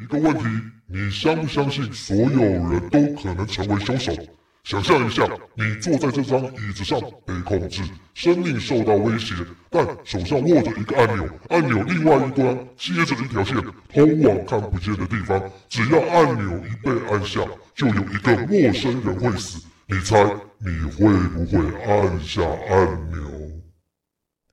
一个问题，你相不相信所有人都可能成为凶手？想象一下，你坐在这张椅子上被控制，生命受到威胁，但手上握着一个按钮，按钮另外一端接着一条线，通往看不见的地方。只要按钮一被按下，就有一个陌生人会死。你猜你会不会按下按钮？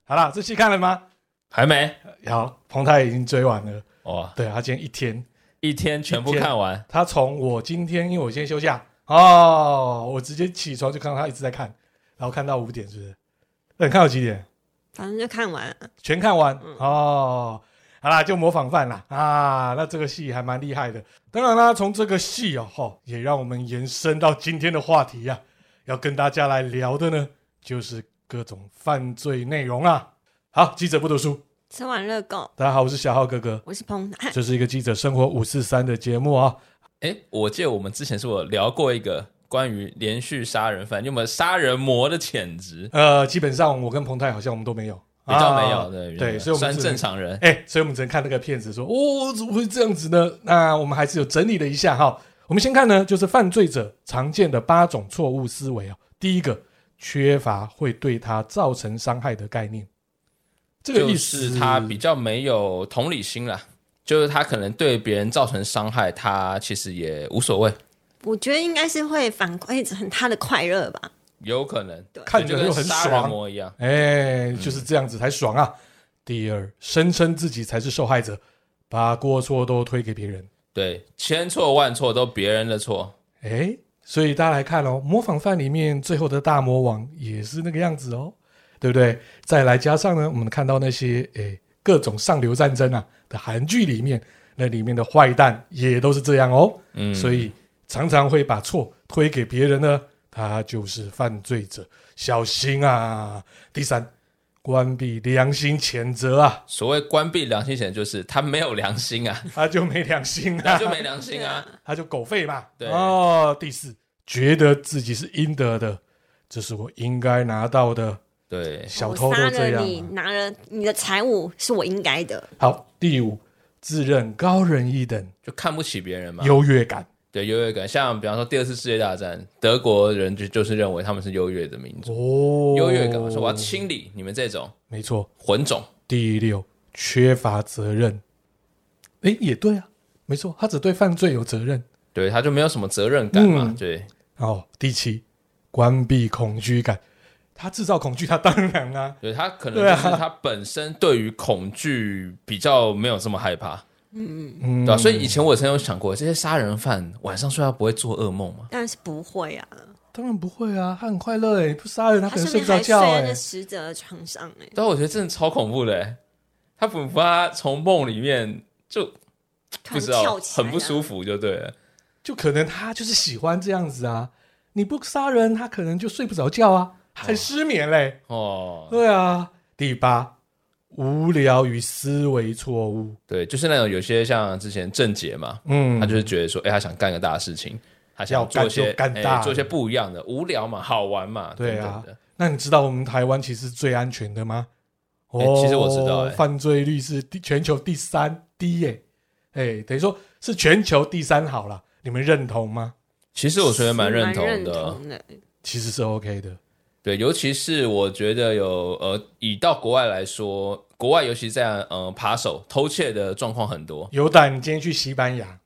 好啦，这期看了吗？还没好，彭泰已经追完了。哇，对他今天一天，一天全部一天看完，他从我今天，因为我今天休假哦，我直接起床就看到他一直在看，然后看到五点，是不是？那你看到几点？反正就看完了。全看完、哦。好啦，就模仿犯啦啊！那这个戏还蛮厉害的。当然啦，从这个戏哦，吼也让我们延伸到今天的话题呀、要跟大家来聊的呢，就是各种犯罪内容啊。好，记者不读书，吃完热狗，大家好，我是小浩哥哥，我是哎彭 泰，这是一个记者生活五四三的节目啊。哎，我记得我们之前是我聊过一个关于连续杀人犯，你有没有杀人魔的潜质？呃，基本上我跟彭泰好像我们都没有，比较没啊有的，对，所以我们算只能正常人。哎、所以我们只能看那个片子说，哦，怎么会这样子呢？那我们还是有整理了一下哈。我们先看呢，就是犯罪者常见的八种错误思维哦。第一个，缺乏会对他造成伤害的概念，这个意就思是他比较没有同理心啦，就是他可能对别人造成伤害，他其实也无所谓，我觉得应该是会反馈成他的快乐吧。有可能看着就就跟很杀人爽，魔一样。哎、就是这样子才爽啊。第二，声称自己才是受害者，把过错都推给别人。对，千错万错都别人的错，哎，所以大家来看哦，《模仿犯》里面最后的大魔王也是那个样子哦，对不对？再来加上呢，我们看到那些哎各种上流战争啊的韩剧里面，那里面的坏蛋也都是这样哦，嗯，所以常常会把错推给别人呢，他就是犯罪者，小心啊！第三，关闭良心谴责啊，所谓关闭良心险，就是他没有良心啊， 他就没良心啊，他就没良 心啊。他就狗吠嘛。对哦，第四，觉得自己是应得的，这是我应该拿到的。对，小我偷杀都这了样啊你，嘛、拿了你的财物是我应该的。好，第五，自认高人一等，就看不起别人嘛，优越感。对优越感。像比方说第二次世界大战，德国人就就是认为他们是优越的民族，哦，优越感嘛，说我要清理你们这种没错。混种。第六，缺乏责任。哎，也对啊，没错，他只对犯罪有责任。对，他就没有什么责任感嘛。嗯对，哦，第七，关闭恐惧感。他制造恐惧，他当然啊，对他可能对就啊是他本身对于恐惧比较没有这么害怕，嗯，对啊吧、所以以前我也曾有想过，这些杀人犯晚上睡觉不会做噩梦吗？当然是不会啊，当然不会啊，他很快乐哎，不杀人他他可能说睡明不着觉还睡在哎那，死者的床上哎、但啊我觉得真的超恐怖的欸，他恐怕从梦里面就不突然知道跳起来，很不舒。服，就对了。就可能他就是喜欢这样子啊。你不杀人，他可能就睡不着觉啊，还失眠嘞。哦，对啊。第八，无聊与思维错误。对，就是那种有些像之前郑杰嘛，嗯他就是觉得说，哎、他想干个大事情，他想要干做一些就干哎大做一些不一样的，无聊嘛，好玩嘛，对啊等等的那你知道我们台湾其实最安全的吗？哦、哎其实我知道哎犯罪率是第全球第三低耶、哎，等于说是全球第三好了，你们认同吗？其实我觉得蛮认同的，蛮同的其实是 OK 的，对，尤其是我觉得有呃，以到国外来说，国外尤其在呃扒手偷窃的状况很多有胆你今天去西班牙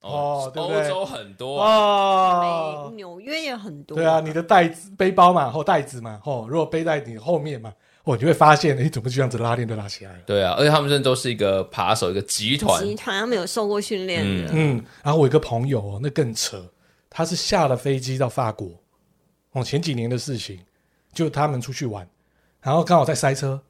哦对不欧对洲很多、哦美，纽约也很多。对啊，你的袋子、背包嘛，或袋子嘛，吼，如果背在你后面嘛，哦，你就会发现，哎，怎么就这样子拉链都拉起来了？对啊，而且他们真的都是一个扒手一个集团，集团他们有受过训练的，嗯，然后我有一个朋友哦，那更扯，他是下了飞机到法国，哦，前几年的事情，就他们出去玩，然后刚好在塞车，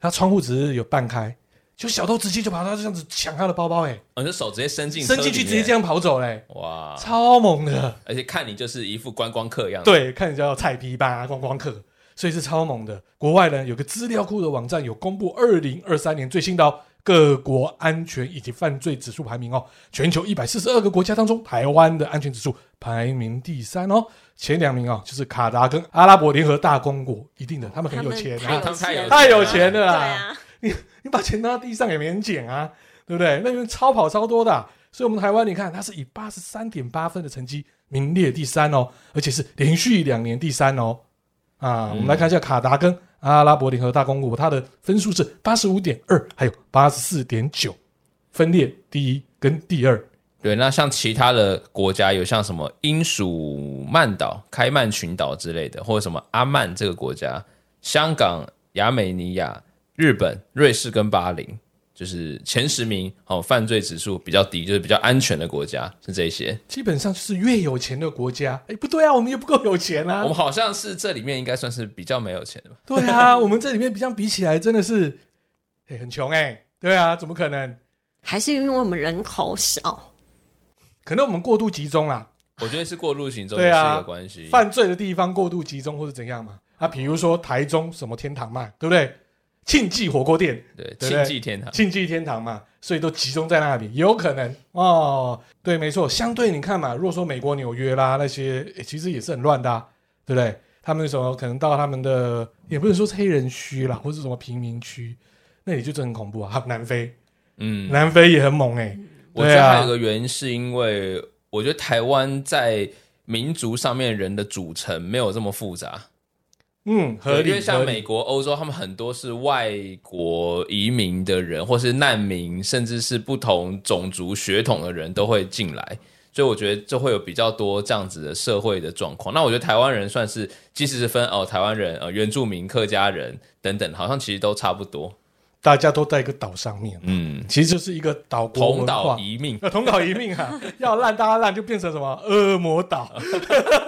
他窗户只是有半开，就小偷直接就把他这样子抢他的包包，哎，哦，你的手直接伸进伸进车去里直接这面啊样跑走嘞，哇，超猛的。而且看你就是一副观光客样子，对，看人家叫菜批吧，观光客，所以是超猛的。国外呢有个资料库的网站有公布二零二三年最新的、哦、各国安全以及犯罪指数排名哦，全球一百四十二个国家当中，台湾的安全指数排名第三哦，前两名哦就是卡达跟阿拉伯联合大公国，一定的，他们很有钱哦他啊们，他们太有有太有钱了对啦。啊，你把钱拿到地上也没人捡啊，对不对？那边超跑超多的啊、所以我们台湾你看，它是以八十三点八分的成绩名列第三哦，而且是连续两年第三哦。啊，我们来看一下卡达跟阿拉伯联合大公国，它的分数是八十五点二，还有八十四点九，分列第一跟第二。对，那像其他的国家有像什么英属曼岛、开曼群岛之类的，或者什么阿曼这个国家、香港、亚美尼亚、日本、瑞士跟巴林，就是前十名哦，犯罪指数比较低，就是比较安全的国家是这些。基本上就是越有钱的国家，哎，不对啊，我们又不够有钱啊我。们好像是这里面应该算是比较没有钱的吧？ 对啊，我们这里面比相比起来，真的是，哎，很穷哎、对啊，怎么可能？还是因为我们人口少，可能我们过度集中啊啦，我觉得是过路行中对也是啊一个关系。犯罪的地方过度集中或者怎样嘛？啊，比如说台中什么天堂嘛，对不对？庆记火锅店，对，对庆忌天堂。庆记天堂嘛，所以都集中在那里，有可能哦。对，没错。相对你看嘛，如果说美国纽约啦那些、诶其实也是很乱的、啊，对不对？他们什么可能到他们的，也不能说是黑人区啦，或是什么贫民区，那里就真的很恐怖啊。还有南非，嗯，南非也很猛哎、我觉对得啊还有一个原因是因为我觉得台湾在民族上面人的组成没有这么复杂。嗯，合对因理。为合像理美国、欧洲，他们很多是外国移民的人，或是难民，甚至是不同种族血统的人都会进来，所以我觉得就会有比较多这样子的社会的状况。那我觉得台湾人算是，即使是分哦，台湾人、呃原住民、客家人等等，好像其实都差不多，大家都在一个岛上面， 嗯，其实就是一个岛国同文化岛移命。呃， 同岛一命 啊，要烂大家烂就变成什么恶魔岛，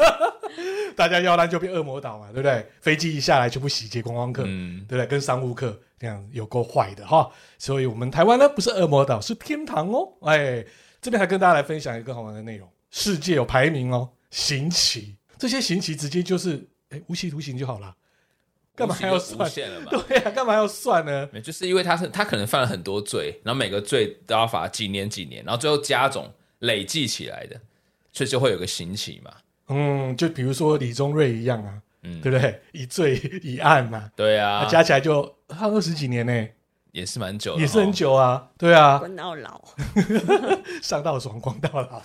大家要烂就变恶魔岛嘛，对不对？飞机一下来全部洗劫观光客，嗯，对不对？跟商务客这样有够坏的哈。所以我们台湾呢不是恶魔岛，是天堂哦。哎，这边还跟大家来分享一个好玩的内容，世界有排名哦，行棋这些行棋直接就是哎无期徒刑就好 啦， 干嘛还要无期就无算？限了吧？对啊呀、干嘛要算呢？没有就是因为他是他可能犯了很多罪，然后每个罪都要罚几年几年，然后最后加总累计起来的，所以就会有个刑期嘛。嗯，就比如说李宗瑞一样啊，嗯对不对？一罪一案嘛，对啊啊，加起来就他二十几年呢、也是蛮久的哦，也是很久啊，对啊，滚到老，上到爽，光到老。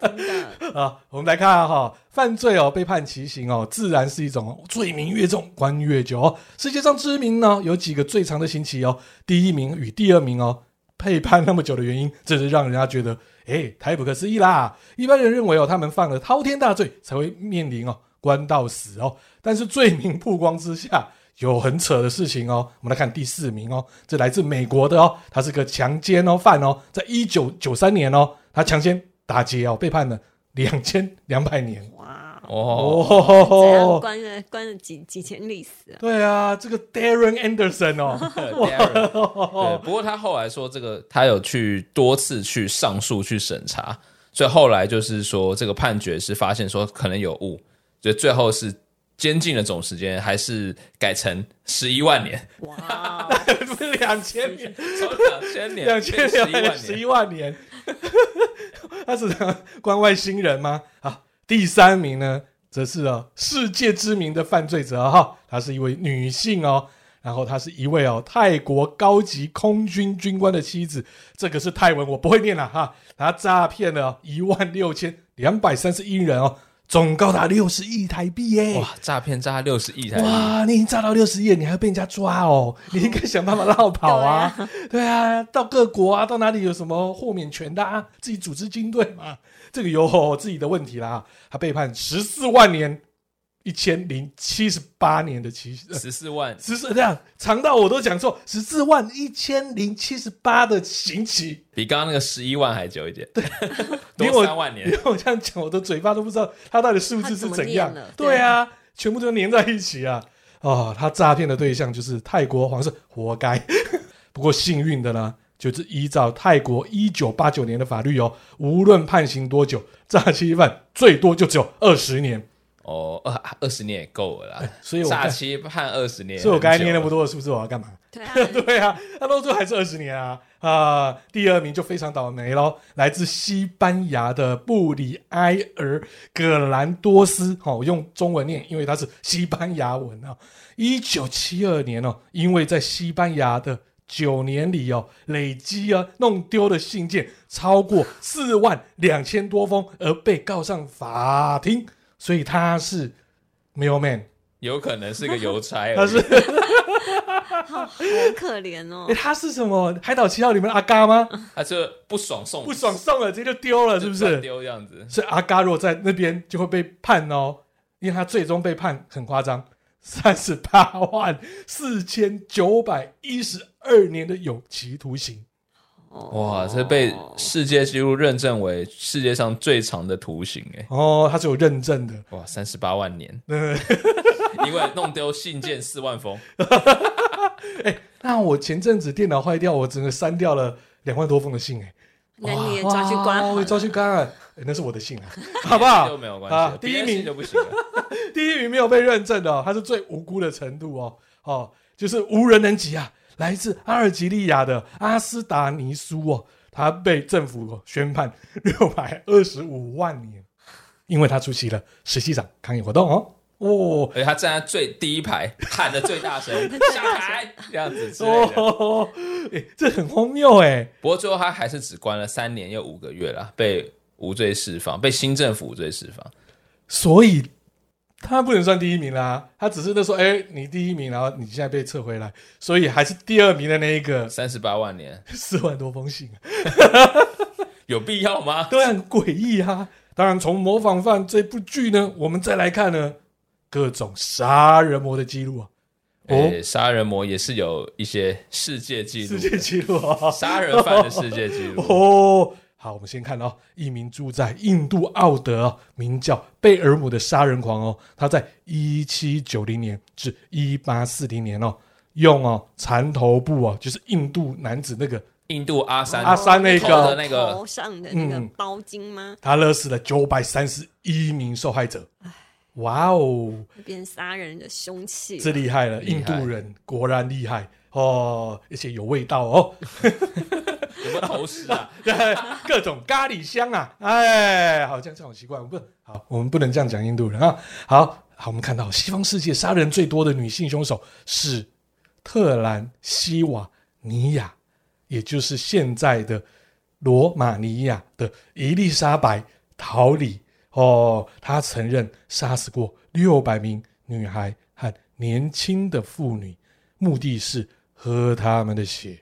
真的。 啊，我们来看啊哈、犯罪哦，被判其刑哦，自然是一种罪名越重，关越久哦。世界上知名呢有几个最长的刑期哦，第一名与第二名哦，被判那么久的原因，真是让人家觉得，哎，太不可思议啦！一般人认为哦，他们犯了滔天大罪才会面临哦关到死哦，但是罪名曝光之下。有很扯的事情哦，我们来看第四名哦，这来自美国的哦，他是个强奸哦犯哦，在一九九三年哦，他强奸打劫哦，被判了两千两百年哇，哦。 这样哦。关了关了几几千历 史啊？对啊，这个 Darren Anderson 哦， Darren 对，不过他后来说这个，他有去多次去上诉去审查，所以后来就是说这个判决是发现说可能有误，所以最后是监禁的总时间还是改成十一万 年，哇，哦不是两千年，从两千年两千十一两万十一年，万年， 他是关外星人吗？啊，第三名呢，则是哦世界知名的犯罪者哦哈、她是一位女性哦，然后她是一位哦泰国高级空军军官的妻子，这个是泰文我不会念了哈，她诈骗了哦一万六千两百三十一人哦，总高达六十亿台币耶、哇，诈骗诈六十亿台币。哇，你已经炸到六十页，你还要被人家抓 哦，你应该想办法绕跑啊！对啊，到各国啊，到哪里有什么豁免权的啊？自己组织军队嘛，这个有自己的问题啦。他被判十四万年，一千零七十八年的期呃 十四万，十四这样长到我都讲错，十四万一千零七十八的刑期。比刚刚那个十一万还久一点，对，因为我多三万因 年为。我这样讲，我的嘴巴都不知道他到底数字是怎样它怎么念了。对啊，全部都粘在一起啊！哦，他诈骗的对象就是泰国皇室，活该。 不过幸运的呢，就是依照泰国一九八九年的法律哦，无论判刑多久，诈欺犯最多就只有二十年。哦，二二十年也够了啦，所以我诈刚欺判二十年很所久了，以我刚才念那么多的数字，我要干嘛？对啊， 对啊，那到最后还是二十年啊啊、第二名就非常倒霉喽，来自西班牙的布里埃尔·葛兰多斯，哦，我用中文念，因为它是西班牙文啊。一九七二年哦，因为在西班牙的九年里哦，累积啊弄丢的信件超过四万两千多封，而被告上法庭，所以他是 mailman，有可能是个邮差而已，他是好好可怜哦诶。他是什么《海岛七号》里面的阿嘎吗？他就不爽送不爽送了，直接就丢了，就是不乱是？丢这样子？所以阿嘎如果在那边就会被判哦，因为他最终被判很夸张，三十八万四千九百一十二年的有期徒刑。哇，这被世界纪录认证为世界上最长的图形哎、哦，他是有认证的，哇，三十八万年，嗯 因为弄丢信件四万封，那我前阵子电脑坏掉，我整个删掉了两万多封的信、欸，哎，那你也抓去关好我也抓了。去关啊、欸那是我的信 啊， 好不好就？没有关啊系了，第一别人名信就不行了。第一名没有被认证的、哦，他是最无辜的程度哦，哦，就是无人能及啊，来自阿尔及利亚的阿斯达尼苏哦，他被政府宣判六百二十五万年，因为他出席了十七场抗议活动哦，哦。而且他站在最第一排，喊的最大声，下台这样子之类的。哦，哎、这很荒谬哎、不过最后他还是只关了三年又五个月啦，被无罪释放，被新政府无罪释放。所以他不能算第一名啦，他只是那时候，哎、你第一名，然后你现在被撤回来，所以还是第二名的那一个三十八万年四万多封信啊，有必要吗？都很诡异啊。当然，从《模仿犯》这部剧呢，我们再来看呢各种杀人魔的记录啊，哦，诶杀人魔也是有一些世界纪录世的，界纪录啊，杀人犯的世界纪 录。哦，好，我们先看哦，一名住在印度奥德、哦、名叫贝尔姆的杀人狂哦，他在一七九零年至一八四零年哦，用哦缠头部哦，就是印度男子那个，印度阿三，阿三那个偷的那个头上的那个嗯包巾吗？他勒死了九百三十一名受害者。哇哦，那边杀人的凶器。这厉害了，啊厉害印度人果然厉害哦，而且有味道哦。有没有投尸啊？对， 各种咖喱香啊，哎，好像这样好奇怪，我们不好，我们不能这样讲印度人啊。好好，我们看到西方世界杀人最多的女性凶手是特兰西瓦尼亚，也就是现在的罗马尼亚的伊丽莎白·桃李。哦，她承认杀死过六百名女孩和年轻的妇女，目的是喝她们的血。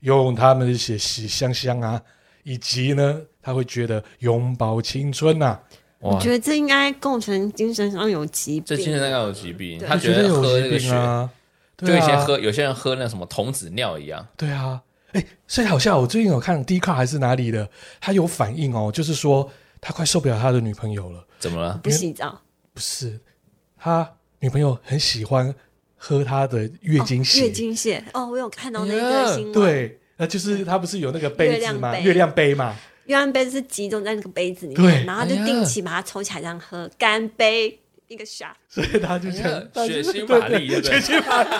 用他们的血洗香香啊，以及呢，他会觉得永葆青春啊呐、 我哇，觉得这应该构成精神上有疾病。这精神上有疾病，对他啊我觉觉得得喝有疾这病个血，啊，就对以啊前喝有些人喝那什么童子尿一样。对啊，哎，所以好像我最近有看 D 卡还是哪里的，他有反应哦，就是说他快受不了他的女朋友了，怎么了？不洗澡，不是他女朋友很喜欢喝他的月经血，月经血哦，我有看到那个新闻。，对。那就是他不是有那个杯子嘛，月亮杯月亮杯嘛，月亮杯是集中在那个杯子里对面，然后就定期把它抽起来这样喝，干杯，一个 shot。所以他就这哎样呀，他就血腥玛丽对对对不对血腥玛丽，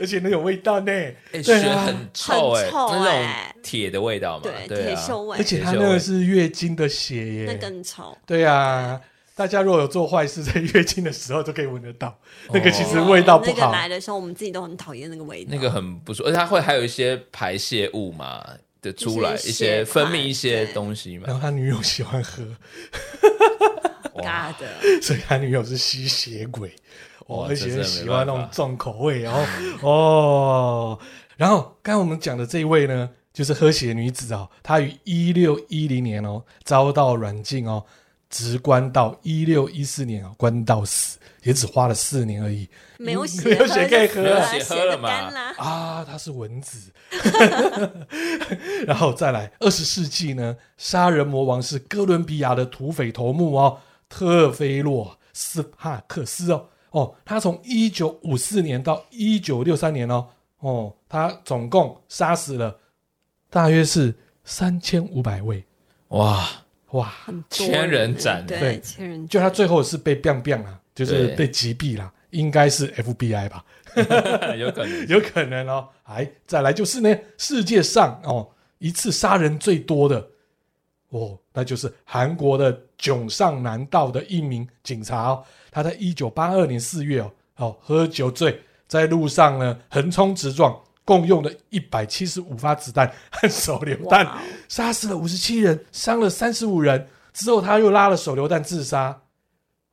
而且那有味道呢，哎，血对啊很臭哎，很臭那哎种铁的味道嘛，对，对铁啊。锈味而，且它那个是月经的血耶，那更臭。对啊，大家如果有做坏事，在月经的时候都可以闻得到，哦那个其实味道不哦那个好。来的时候，我们自己都很讨厌那个味道。那个很不舒服，而且它会还有一些排泄物嘛的出来，就是一一些些分泌一些对东西嘛然。后他女友喜欢喝， 尬的，所以他女友是吸血鬼，哦，哇而这真且的喜没欢办那法种重口味哦哦。然后刚才我们讲的这一位呢，就是喝血女子哦，她于一六一零年哦遭到软禁哦，直关到一六一四年哦关到死，也只花了四年而已。没有血，没有血可以喝喝了，没有血喝血了就嘛干啦。啊，他是蚊子。 然后再来，二十世纪呢，杀人魔王是哥伦比亚的土匪头目哦，特菲洛斯帕克斯哦哦，他从一九五四年到一九六三年哦哦，他总共杀死了大约是三千五百位哇， 哇，很多千人斩对对，千人就斩他最后是被 biang biang 啊，就是对被击毙啦，应该是 FBI 吧。有可能 有可能哦。哎，再来就是呢，世界上哦一次杀人最多的哦，那就是韩国的囧上南道的一名警察哦，他在一九八二年四月哦哦喝酒醉，在路上呢横冲直撞，共用了一百七十五发子弹和手榴弹哇哦，杀死了五十七人，伤了三十五人。之后他又拉了手榴弹自杀。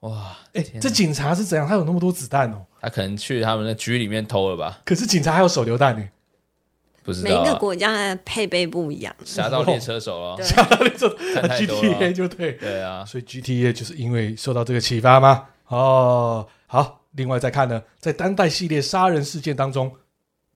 哇，哎、天啊这警察是怎样？他有那么多子弹哦，他可能去他们的局里面偷了吧？可是警察还有手榴弹呢、不知每一道、个啊，国家的配备不一样，侠盗猎车手了对。想到那 种看太多了 GTA 就对，对啊，所以 GTA 就是因为受到这个启发吗？哦，好，另外再看呢，在当代系列杀人事件当中，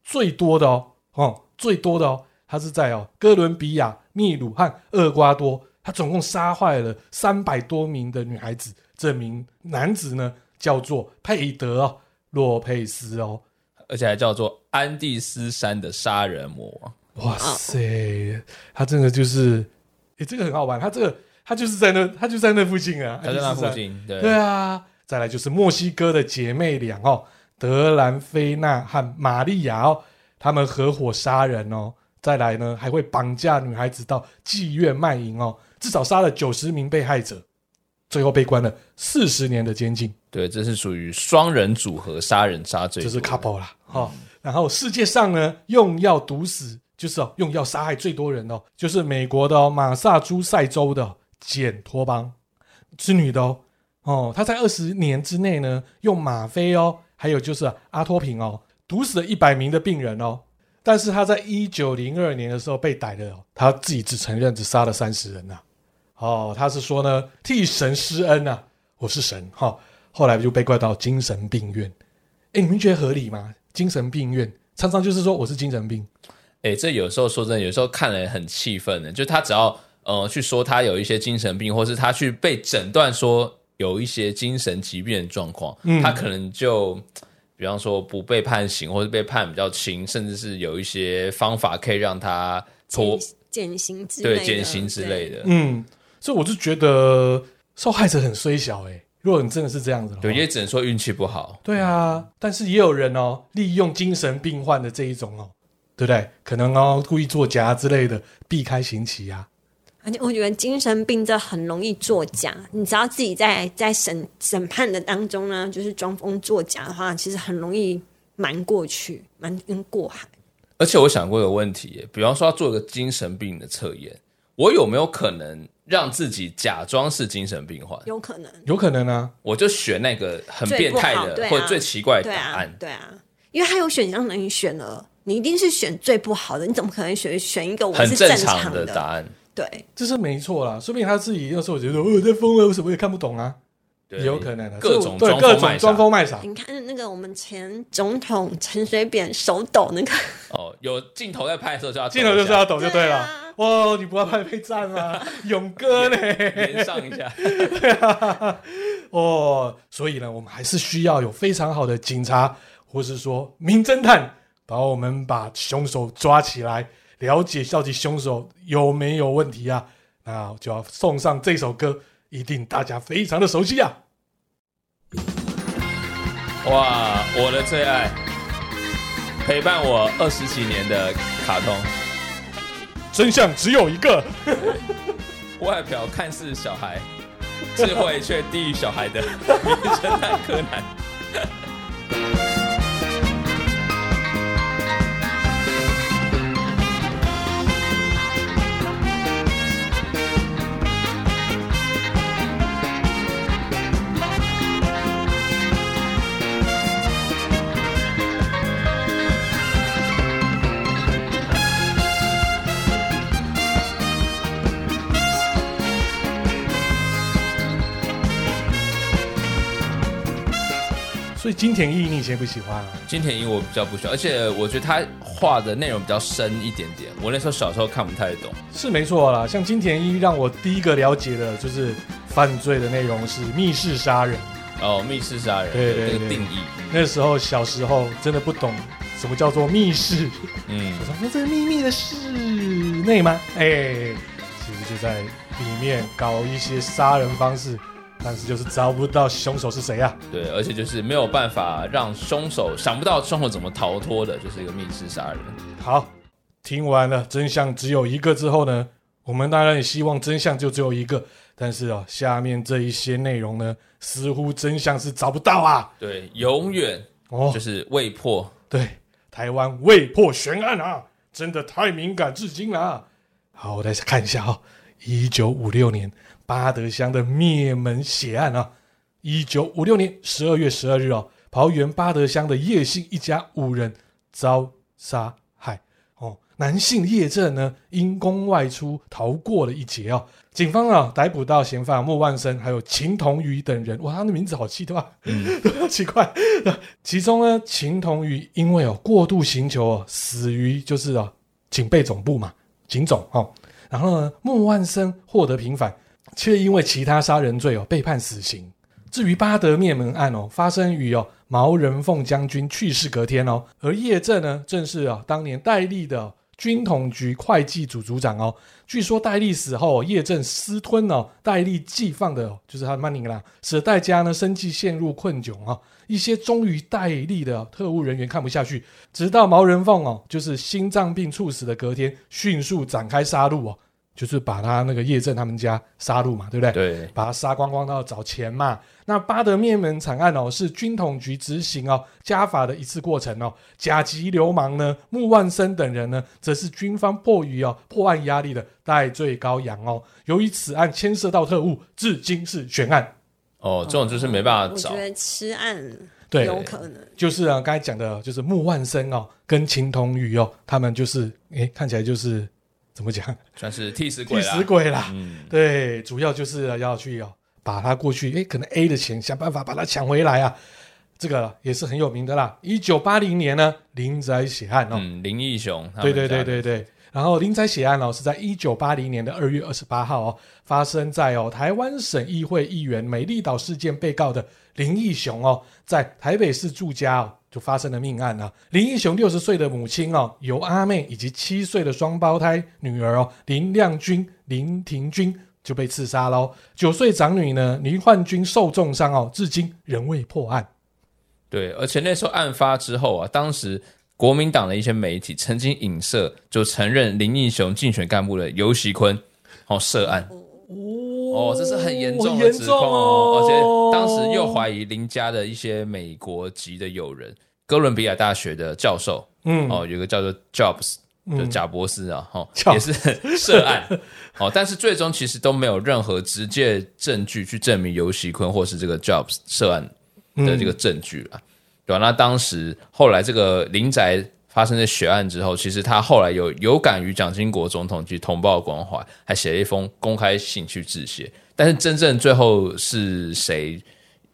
最多的哦，哦，最多的哦，它是在哦哥伦比亚、秘鲁和厄瓜多，他总共杀坏了三百多名的女孩子。这名男子呢叫做佩德哦，洛佩斯哦，而且还叫做安第斯山的杀人魔王。哇哦塞，他真的就是，诶，这个很好玩，他这个他就是在那，他就在那附近啊，他在那安第斯附山近，对对啊，再来就是墨西哥的姐妹俩哦，德兰菲娜和玛利亚哦，他们合伙杀人哦。再来呢，还会绑架女孩子到妓院卖淫哦，至少杀了九十名被害者，最后被关了四十年的监禁，对，这是属于双人组合杀人杀最这多，是 couple 啦。哦，然后世界上呢，用药毒死就是哦，用药杀害最多人哦，就是美国的哦，马萨诸塞州的哦简托邦。是女的哦。哦，她在二十年之内呢，用吗啡哦，还有就是阿托品哦，毒死了一百名的病人哦。但是她在一九零二年的时候被逮了哦，她自己只承认只杀了三十人呐、哦，她是说呢，替神施恩呐、我是神哈、哦。后来就被关到精神病院。哎，你们觉得合理吗？精神病院常常就是说我是精神病，哎、这有时候说真的，有时候看了很气愤的，就他只要呃去说他有一些精神病，或是他去被诊断说有一些精神疾病的状况，他可能就比方说不被判刑，或是被判比较轻，甚至是有一些方法可以让他脱减减刑之类对的，减刑之类对。的。嗯，所以我就觉得受害者很衰小哎、如果你真的是这样子的话，对，也只能说运气不好。对啊，但是也有人哦，利用精神病患的这一种哦，对不对？可能哦，故意作假之类的，避开刑期啊。而且我觉得精神病这很容易作假，你只要自己在在审审判的当中呢，就是装疯作假的话，其实很容易瞒过去，瞒跟过海。而且我想过一个问题耶，比方说要做一个精神病的测验，我有没有可能让自己假装是精神病患？有可能。有可能啊，我就选那个很变态最不好的、对啊或者最奇怪的对答啊案，。对啊，因为它有选项让你选了，你一定是选最不好的，你怎么可能选选一个我很是正常的？答案，对，这是没错啦。说不定他自己那时候觉得哦，这疯了，我什么也看不懂啊，对也有可能啊。各种对装各疯种卖傻啊装疯卖傻，你看那个我们前总统陈水扁手抖那个，哦，有镜头在拍的时候就要镜头就是要抖就对对了啊。哇，你不要拍被赞 啊，勇哥呢？连上一 下，哦，所以呢，我们还是需要有非常好的警察，或是说名侦探，帮我们把凶手抓起来，了解到底凶手有没有问题啊？那就要送上这首歌，一定大家非常的熟悉啊！哇，我的最爱，陪伴我二十几年的卡通，真相只有一个，外表看似小孩，智慧却低于小孩的名侦探柯南。所以金田一你以前不喜欢啊？金田一我比较不喜欢，而且我觉得他画的内容比较深一点点，我那时候小时候看不太懂。是没错啦，像金田一让我第一个了解的就是犯罪的内容是密室杀人。哦，密室杀人，对对这个对定义，那时候小时候真的不懂什么叫做密室。嗯我，说那这是秘密的室内吗？哎、其实就在里面搞一些杀人方式，但是就是找不到凶手是谁啊。对，而且就是没有办法让凶手想不到凶手怎么逃脱的，就是一个密室杀人。好，听完了真相只有一个之后呢，我们当然也希望真相就只有一个，但是啊、下面这一些内容呢，似乎真相是找不到啊。对，永远哦就，是未破。对，台湾未破悬案啊，真的太敏感至今了、啊。好，我再看一下哈、哦，一九五六年巴德乡的灭门血案啊，一九五六年十二月十二日哦，桃园巴德乡的叶姓一家五人遭杀害。哦，男性叶正呢因公外出逃过了一劫哦。警方啊逮捕到嫌犯莫万生还有秦同宇等人，哇，他的名字好奇怪， 奇怪。其中呢，秦同宇因为哦过度刑求哦，死于就是哦警备总部嘛，警总哦。然后呢，莫万生获得平反，却因为其他杀人罪哦被判死刑。至于巴德灭门案哦，发生于哦毛人凤将军去世隔天哦，而叶正呢，正是哦当年戴笠的、哦军统局会计组组长哦。据说戴笠死后、哦，叶正私吞哦戴笠寄放的、哦，就是他的曼宁啦，使戴家呢生计陷入困窘哦。一些忠于戴笠的、哦特务人员看不下去，直到毛人凤哦，就是心脏病猝死的隔天，迅速展开杀戮哦，就是把他那个叶正他们家杀戮嘛，对不对？对，把他杀光光到找钱嘛。那巴德灭门惨案哦，是军统局执行哦家法的一次过程哦。甲级流氓呢，穆万生等人呢，则是军方迫于哦破案压力的戴罪羔羊哦。由于此案牵涉到特务，至今是悬案。哦，这种就是没办法我找觉，得吃案对，有可能，就是啊，刚才讲的，就是穆万生哦，跟秦童宇哦，他们就是，诶，看起来就是怎么讲，算是替死替鬼啦。死鬼啦。嗯，对，主要就是要去哦，把他过去诶，可能 A 的钱想办法把它抢回来啊，这个也是很有名的啦。一九八零年呢，林宅血案哦，嗯，林义雄，他们对对对家对对。然后林宅血案哦，是在一九八零年的二月二十八号哦，发生在哦台湾省议会议员美丽岛事件被告的林义雄哦，在台北市住家哦就发生了命案啊。林义雄六十岁的母亲哦，由阿妹以及七岁的双胞胎女儿哦林亮君、林庭君就被刺杀喽。九岁长女呢林焕君受重伤哦，至今仍未破案。对，而且那时候案发之后啊，当时国民党的一些媒体曾经影射，就承认林义雄竞选干部的尤喜坤哦涉案哦，这是很严重的严指重控哦而且当时又怀疑林家的一些美国籍的友人，哥伦比亚大学的教授嗯哦，有个叫做 Jobs。就贾博士啊，哈、 Jobs 也是涉案，哦，但是最终其实都没有任何直接证据去证明尤喜坤或是这个 Jobs 涉案的嗯这个证据了，对吧、啊那当时后来这个林宅发生的血案之后，其实他后来有有感于蒋经国总统及同胞的关怀，还写了一封公开信去致谢。但是真正最后是谁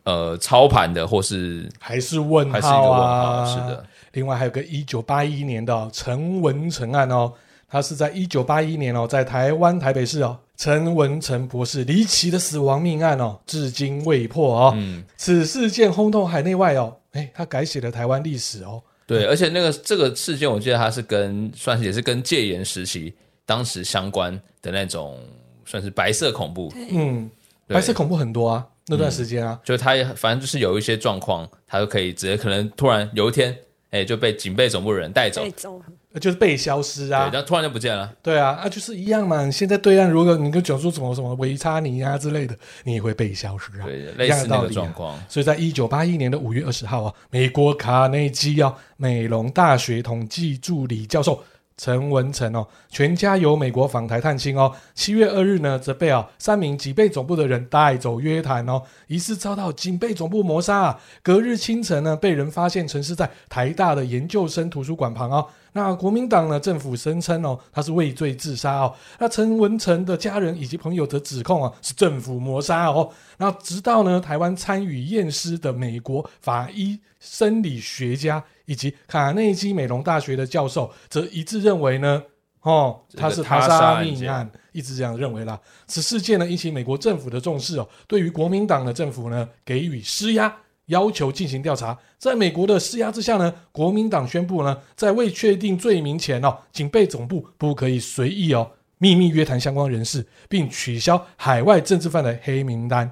呃操盘的，或是还是问还是一号个问啊？号？是的，。另外还有个一九八一年的哦陈文成案哦，他是在一九八一年哦，在台湾台北市哦，陈文成博士离奇的死亡命案哦，至今未破哦。嗯此事件轰动海内外哦，哎，他改写了台湾历史哦。对，而且那个这个事件，我记得它是跟算是也是跟戒严时期当时相关的那种，算是白色恐怖。嗯，对白色恐怖很多啊，那段时间啊，就他也反正就是有一些状况，他就可以直接可能突然有一天，哎、就被警备总部的人带走，对，对，走嗯就是被消失啊然。后突然就不见了。对啊，啊，就是一样嘛。现在对岸如果你跟讲说什么什么维差尼啊之类的，你也会被消失啊，对，一类样似的那道个理、状啊。况。所以在一九八一年的五月二十号啊，美国卡内基啊美容大学统计助理教授陈文成哦，全家由美国访台探亲哦。七月二日呢，则被啊三名警备总部的人带走约谈哦，疑似遭到警备总部谋杀啊。隔日清晨呢，被人发现沉尸在台大的研究生图书馆旁哦。那国民党呢，政府声称哦，他是畏罪自杀哦。那陈文成的家人以及朋友则指控啊，是政府谋杀哦。那直到呢，台湾参与验尸的美国法医生理学家以及卡内基美容大学的教授，则一致认为呢，哦，这个他是他他杀杀案命件案，一直这样认为啦。此事件呢，引起美国政府的重视哦，对于国民党的政府呢，给予施压。要求进行调查，在美国的施压之下呢，国民党宣布呢，在未确定罪名前哦，警备总部不可以随意哦秘密约谈相关人士，并取消海外政治犯的黑名单。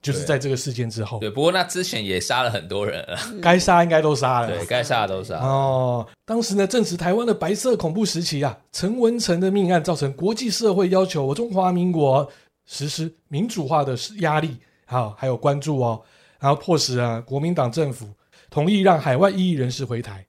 就是在这个事件之后，对，不过那之前也杀了很多人了， 该杀应该都杀了。对，该杀的都杀。哦，当时呢，正值台湾的白色恐怖时期啊，陈文成的命案造成国际社会要求我中华民国实施民主化的压力，好、还有关注哦，然后迫使啊国民党政府同意让海外异议人士回台。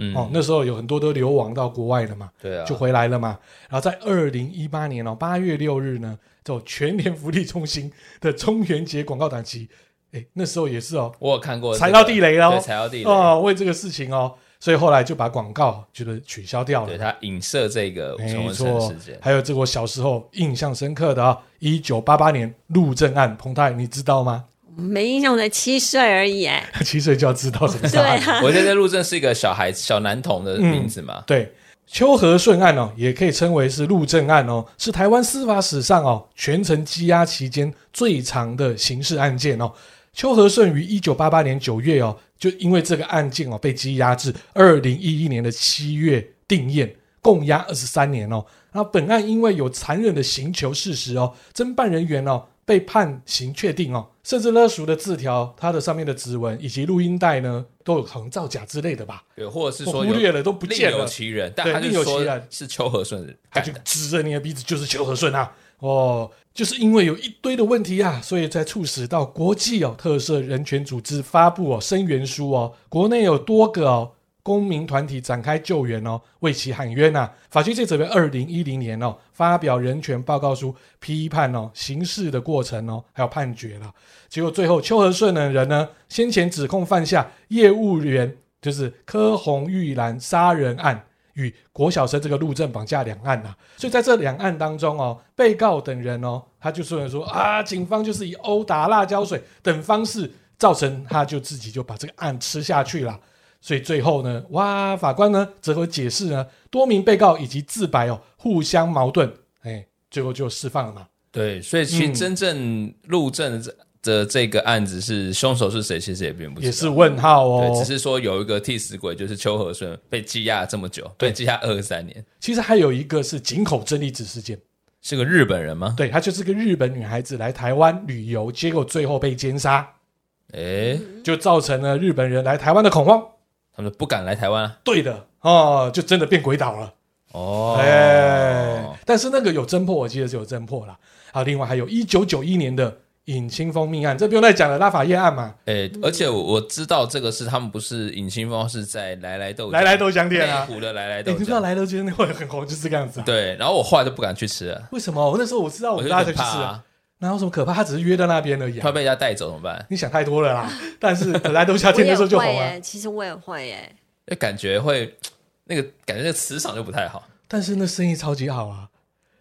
嗯哦，那时候有很多都流亡到国外了嘛，对啊，就回来了嘛。然后在二零一八年哦八月六日呢，就全联福利中心的中元节广告档期，哎，那时候也是哦，我有看过这个踩到地雷了对哦，踩到地雷，哦，为这个事情哦，所以后来就把广告就是取消掉对了。他影射这个陈没文生错事件，，还有这个我小时候印象深刻的啊、1一九八八年陆政案，彭泰你知道吗？ 没印象，我才七岁而已、 哎，七岁就要知道什么是对案。啊，我觉得陆正是一个小孩小男嗯童的名字嘛，对，秋和顺案哦，也可以称为是陆政案哦，是台湾司法史上哦全程羁押期间最长的刑事案件哦。秋和顺于一九八八年九月哦，就因为这个案件哦被羁押至二零一一年的七月定谳，共押二十三年哦。那本案因为有残忍的刑求事实哦，侦办人员哦被判刑确定哦，甚至勒赎的字条、它的上面的指纹以及录音带呢，都有可能造假之类的吧。对，或者是我说哦忽略有了都不另见有了，其人，但对他就另有其说人是邱和顺他干就的，指着你的鼻子就是邱和顺啊，哦，就是因为有一堆的问题啊，所以才促使到国际哦特赦人权组织发布哦声援书哦，国内有多个哦公民团体展开救援哦，为其喊冤呐、法学界这边二零一零年哦发表人权报告书，批判哦刑事的过程哦，还有判决了。结果最后邱和顺的人呢，先前指控犯下业务员就是柯红玉兰杀人案。与国小生这个路政绑架两案呐、所以在这两案当中哦，被告等人哦，他就说说啊，警方就是以殴打、辣椒水等方式，造成他就自己就把这个案吃下去了。所以最后呢，哇，法官呢则和解释呢，多名被告以及自白哦互相矛盾，哎，最后就释放了嘛。对，所以其实嗯真正陆正的这的这个案子是凶手是谁，其实也并不知道也是问号哦，对，只是说有一个替死鬼，就是邱和顺被羁押了这么久，对被羁押二十三年，其实还有一个是井口真理子事件，是个日本人吗？对，她就是个日本女孩子来台湾旅游，结果最后被奸杀，诶，就造成了日本人来台湾的恐慌。他们不敢来台湾啊对的哦，就真的变鬼岛了。哦，哎、但是那个有侦破，我记得是有侦破啦。啊，另外还有一九九一年的尹清风命案，这不用再讲了，拉法叶案嘛，诶，而且我我知道这个是他们不是尹清风是在来来豆浆来来豆浆店内啊，湖的来来你豆知不知道浆，来豆浆那会很红，就是这个样子啊。哎对，然后我后来都不敢去吃了，为什么？我那时候我知道我我们就大家很去吃怕啊，啊，哪有什么可怕？他只是约在那边而已、怕啊。被人家带走怎么办？你想太多了啦。但是来豆 浆我店也那时候就会、红了、哎，其实我也会、哎，那感觉会那个感觉那个磁场就不太好。但是那生意超级好啊。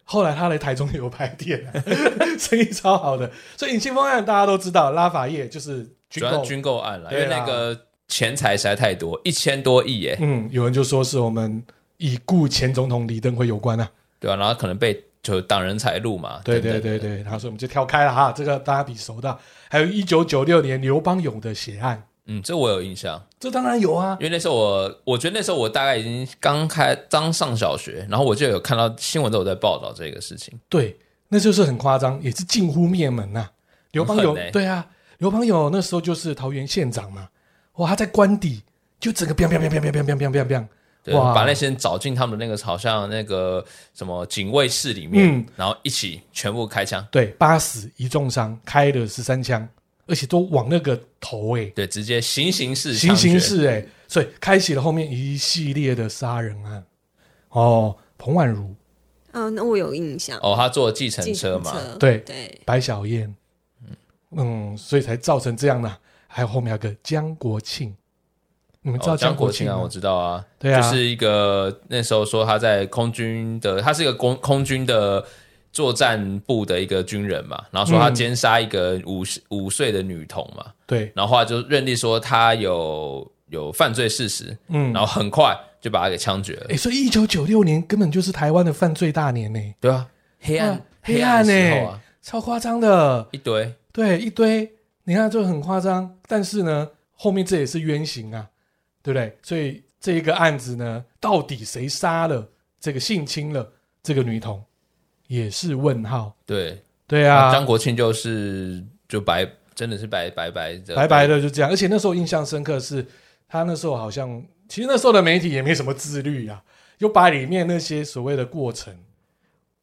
后来他来台中有拍店、啊， 生意超好的。所以尹清风案大家都知道，拉法叶就是主军要购是军购案了，因对啊为啦那个钱财实在太多，一千多亿耶，嗯，有人就说是我们已故前总统李登辉有关啊。对吧、然后可能被就党人财路嘛，对对等等对对，然后所以我们就跳开了哈，这个大家比熟的。还有一九九六年刘邦勇的血案，嗯，这我有印象，这当然有啊因。为那时候我我觉得那时候我大概已经刚开刚上小学，然后我就有看到新闻都有在报道这个事情，对，那就是很夸张，也是近乎灭门呐、刘邦勇很狠欸对啊，刘邦勇那时候就是桃园县长嘛，哇，他在官邸就整个 biang biang biang biang biang biang biang biang biang，对，哇把那些人找进他们的那个好像那个什么警卫室里面，嗯然后一起全部开枪，对，八死一重伤，开了十三枪，而且都往那个头哎、对，直接行刑式行刑枪决，式哎、所以开启了后面一系列的杀人案。哦，彭婉如、啊，那我有印象，哦，他坐计程计车程嘛，车对对，白小燕，嗯所以才造成这样的、还有后面还有个江国庆，你们知道哦，江国国庆庆吗？啊，我知道啊，对啊就是一个那时候说他在空军的，他是一个空空军的作战部的一个军人嘛，然后说他嗯奸杀一个五十五岁的女童嘛，对，然后后来就认定说他有有犯罪事实，嗯，然后很快就把他给枪决了哎、。所以一九九六年根本就是台湾的犯罪大年呢、对啊，黑暗哇黑暗的呢、时候啊，超夸张的，一堆对，一堆，你看就很夸张，但是呢，后面这也是冤刑啊，对不对？所以这一个案子呢，到底谁杀了这个性侵了这个女童，也是问号。对对啊，啊，张国庆就是就白真的是白白白的白白的就这样。而且那时候印象深刻是，他那时候好像，其实那时候的媒体也没什么自律啊，就把里面那些所谓的过程，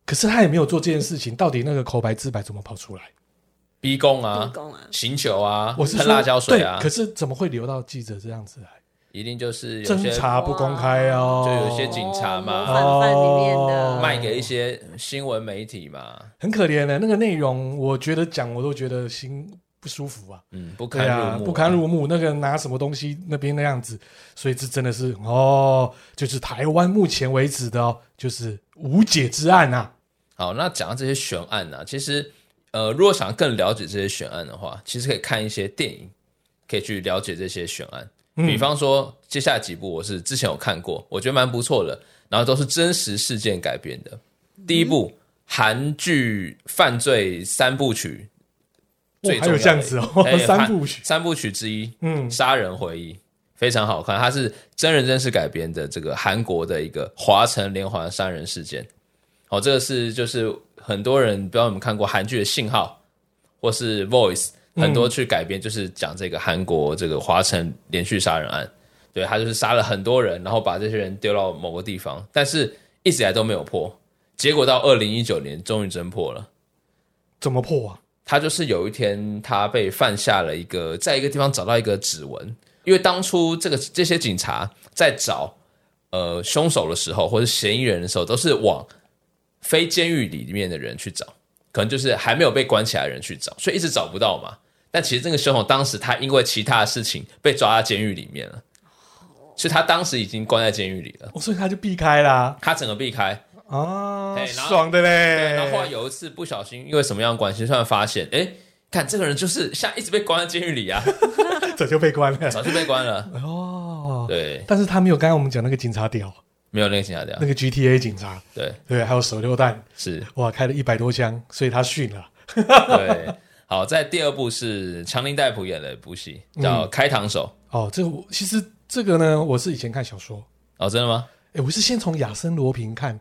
可是他也没有做这件事情，到底那个口白自白怎么跑出来？逼供啊地，宫啊，行球啊，我是喷说辣椒水啊对，可，是怎么会流到记者这样子来？一定就是有侦些查不公开哦，就有些警察嘛哦模范犯里面的哦卖给一些嗯新闻媒体嘛，很可怜欸的那个内容，我觉得讲我都觉得心不舒服啊。嗯，不对堪入啊，目啊，不堪入目，那个拿什么东西那边那样子，所以这真的是哦，就是台湾目前为止的哦，就是无解之案啊。好，那讲到这些悬案呢、啊，其实呃，如果想更了解这些悬案的话，其实可以看一些电影，可以去了解这些悬案。嗯比方说，接下来几部我是之前有看过，我觉得蛮不错的，然后都是真实事件改编的。第一嗯部韩剧犯罪三部曲，哦最还重要有的这样子哦哎 三部曲韩三部曲之一，嗯嗯，杀人回忆非常好看，它是真人真事改编的这个韩国的一个华城连环杀人事件。哦，这个是就是很多人不知道你们看过韩剧的《信号》或是《Voice》，很多去改编就是讲这个韩国这个华城连续杀人案。对他就是杀了很多人，然后把这些人丢到某个地方，但是一直以来都没有破。结果到二零一九年终于侦破了。怎么破啊？他就是有一天他被犯下了一个，在一个地方找到一个指纹，因为当初这个这些警察在找呃凶手的时候，或者嫌疑人的时候，都是往非监狱里面的人去找，可能就是还没有被关起来的人去找，所以一直找不到嘛。但其实这个凶手当时他因为其他的事情被抓到监狱里面了，所以他当时已经关在监狱里了，哦所以他就避开啦他整个避开，啊，哎然后爽的对，嘞。然后后来有一次不小心，因为什么样的关系，突然发现，哎，看这个人就是像一直被关在监狱里啊， 这就被关了 早就被关了。 哦。对，但是他没有刚刚我们讲那个警察屌，没有那个警察掉那。个 GTA 警察，对，对，还有手榴弹，是，哇，开了一百多枪，所以他训了。对。好，在第二部是强林戴普演的一部戏，嗯叫《开膛手哦，这个我其实这个呢，我是以前看小说，》。哦，真的吗？哎，我是先从亚森罗平看，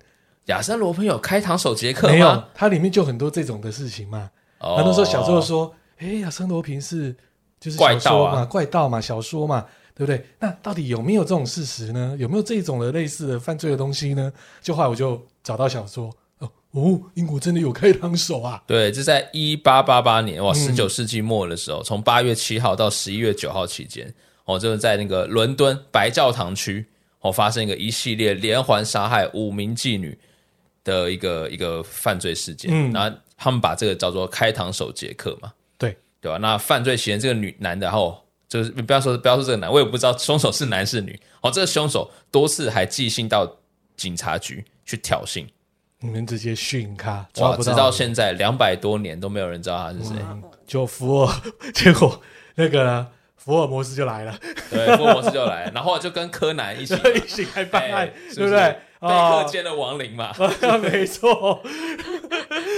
亚森罗朋友开膛手杰克吗没有，它里面就很多这种的事情嘛。哦，然后那时候小时候说，哎、亚森罗平是就是小怪盗说啊嘛，怪盗嘛，小说嘛，对不对？那到底有没有这种事实呢？有没有这种的类似的犯罪的东西呢？就后来我就找到小说，哦，哦，英国真的有开膛手啊！对，这在一八八八年嗯哇，十九世纪末的时候，从八月七号到十一月九号期间，哦，就是在那个伦敦白教堂区，哦，发生一个一系列连环杀害五名妓女的一个一个犯罪事件，嗯然后他们把这个叫做开膛手杰克嘛，对，对吧、那犯罪嫌疑人这个女男的，然后就是不要说不要说这个男，我也不知道凶手是男是女，哦，这个凶手多次还寄信到警察局去挑衅。你们直接训咖，抓哇！不嗯直到现在两百多年都没有人知道他是谁，就福尔， 结果那个呢福尔摩斯就来了，对，福尔摩斯就来，然后就跟柯 南一起一起来办案，哎是对不不是对？贝克见了亡灵嘛。啊， 没错。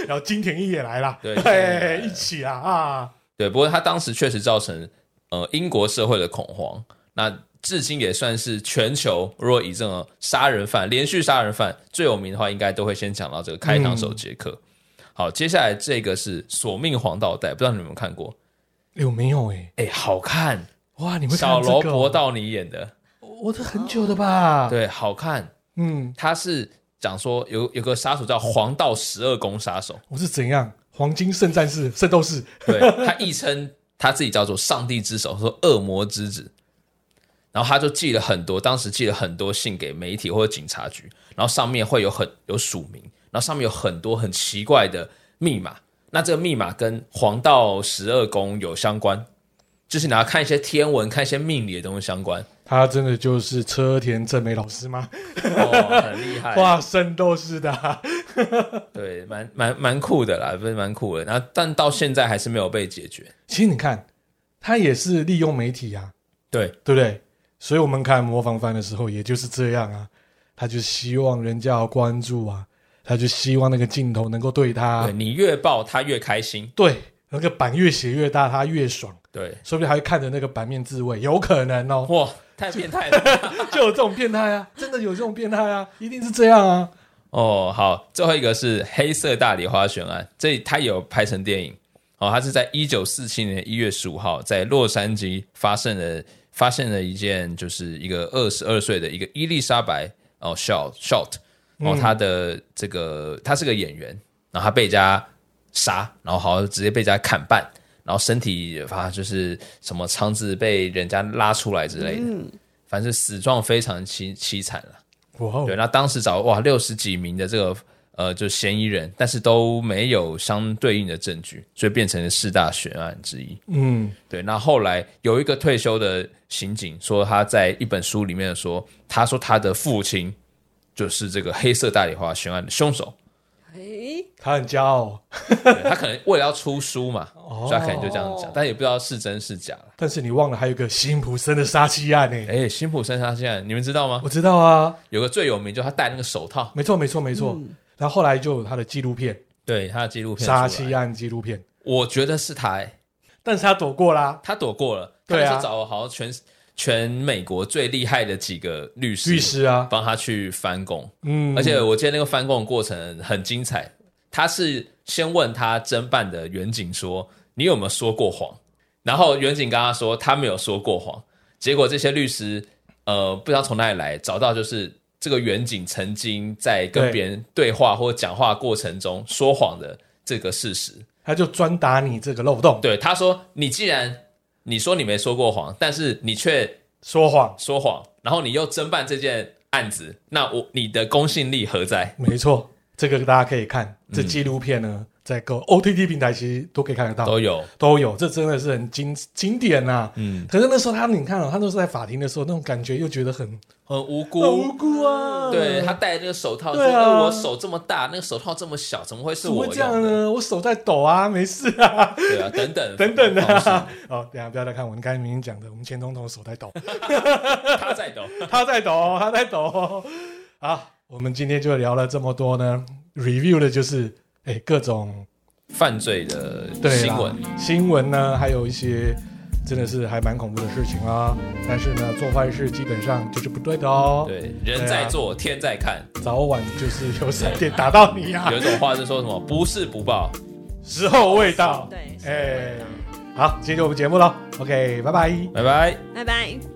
然后金田一也来啦，对哎，一起啦啊，对，不过他当时确实造成呃英国社会的恐慌，那至今也算是全球如果以这种杀人犯、连续杀人犯最有名的话，应该都会先讲到这个开膛手杰克。嗯好，接下来这个是《索命黄道带》，不知道你们有没有看过？有没有哎？哎，好看，哇，你们小罗伯道，道尼演的，我这很久的吧？，对，好看。嗯，他是讲说有有个杀手叫黄道十二宫杀手，我是怎样黄金圣战士、圣斗士？对他亦称他自己叫做上帝之手，说恶魔之子。然后他就寄了很多，当时寄了很多信给媒体或者警察局，然后上面会有很有署名，然后上面有很多很奇怪的密码。那这个密码跟黄道十二宫有相关，就是你要看一些天文、看一些命理的东西相关。他真的就是车田正美老师吗？哦，很厉害。哇，圣斗士的啊，对，蛮蛮蛮酷的啦，不是蛮酷的。然后，但到现在还是没有被解决。其实你看，他也是利用媒体啊，对，对不对？所以我们看模仿犯的时候，也就是这样啊，他就希望人家要关注啊，他就希望那个镜头能够对他、对你越爆，他越开心。对，那个版越写越大，他越爽，对，说不定还会看着那个版面自慰，有可能哦， 哇，太变态了。就有这种变态啊，真的有这种变态啊，一定是这样啊。哦，好，最后一个是《黑色大礼花》悬案，这它有拍成电影。哦，它是在一九四七年一月十五号在洛杉矶发生了发现了一件，就是一个二十二岁的一个伊丽莎白哦 Short Short 哦，她的这个她是个演员，然后她被人家杀，然后好像直接被人家砍半，然后身体反正就是什么肠子被人家拉出来之类的。反正死状非常凄凄惨了。哇哦对，，那当时找哇六十几名的这个呃就嫌疑人，但是都没有相对应的证据，所以变成了四大悬案之一。嗯，对，那后来有一个退休的刑警说，他在一本书里面说，他说他的父亲就是这个黑色大理花悬案的凶手。诶，他很骄傲，对他可能为了要出书嘛，哦所以他可能就这样讲，但也不知道是真是假了。但是你忘了还有一个辛普森的杀妻案呢、哎，辛普森他现在你们知道吗我？知道啊，有个最有名，就他戴那个手套，没错没错没错。然后后来就有他的纪录片对他的纪录《片出来杀妻啊案》纪录片，我觉得是他、哎但是他躲过啦。他躲过了，对啊他是找了好像全全美国最厉害的几个律师律师啊，帮他去翻供，嗯，而且我记得那个翻供的过程很精彩，他是先问他侦办的远景说你有没有说过谎，然后远景跟他说他没有说过谎，结果这些律师呃不知道从哪里来找到就是。这个远景曾经在跟对别人对话或讲话过程中说谎的这个事实，他就专打你这个漏洞，对，他说：“你既然你说你没说过谎，但是你却说谎，说谎，然后你又侦办这件案子，那我你的公信力何在没错，这个大家可以看嗯这纪录片呢，在各 OTT 平台其实都可以看得？”到，都有，都有，这真的是很经经典呐、嗯，可是那时候他，你看哦，他那时候在法庭的时候，那种感觉又觉得很很无很辜。无辜啊。对他戴那个手套，对啊说哎我手这么大，那个手套这么小，怎么会是怎么我会这样用的？呢？我手在抖啊， 没事啊。对啊，等 等等等的、方啊。哦，等一下不要再看我，你刚才明明讲的，我们前总统手在抖， 式他在哦抖。他在抖，他在抖。好，我们今天就聊了这么多呢，review 的就是哎、各种犯罪的对啊啦新闻，新闻呢，还有一些真的是还蛮恐怖的事情啊。但是呢，做坏事基本上就是不对的哦，对，人在做，啊天在看。早晚就是有闪电打到你啊有，一种话是说什么“不是不报时候未到。对，哎、好，今天就我们节目了，OK，拜拜。”，拜拜。拜拜。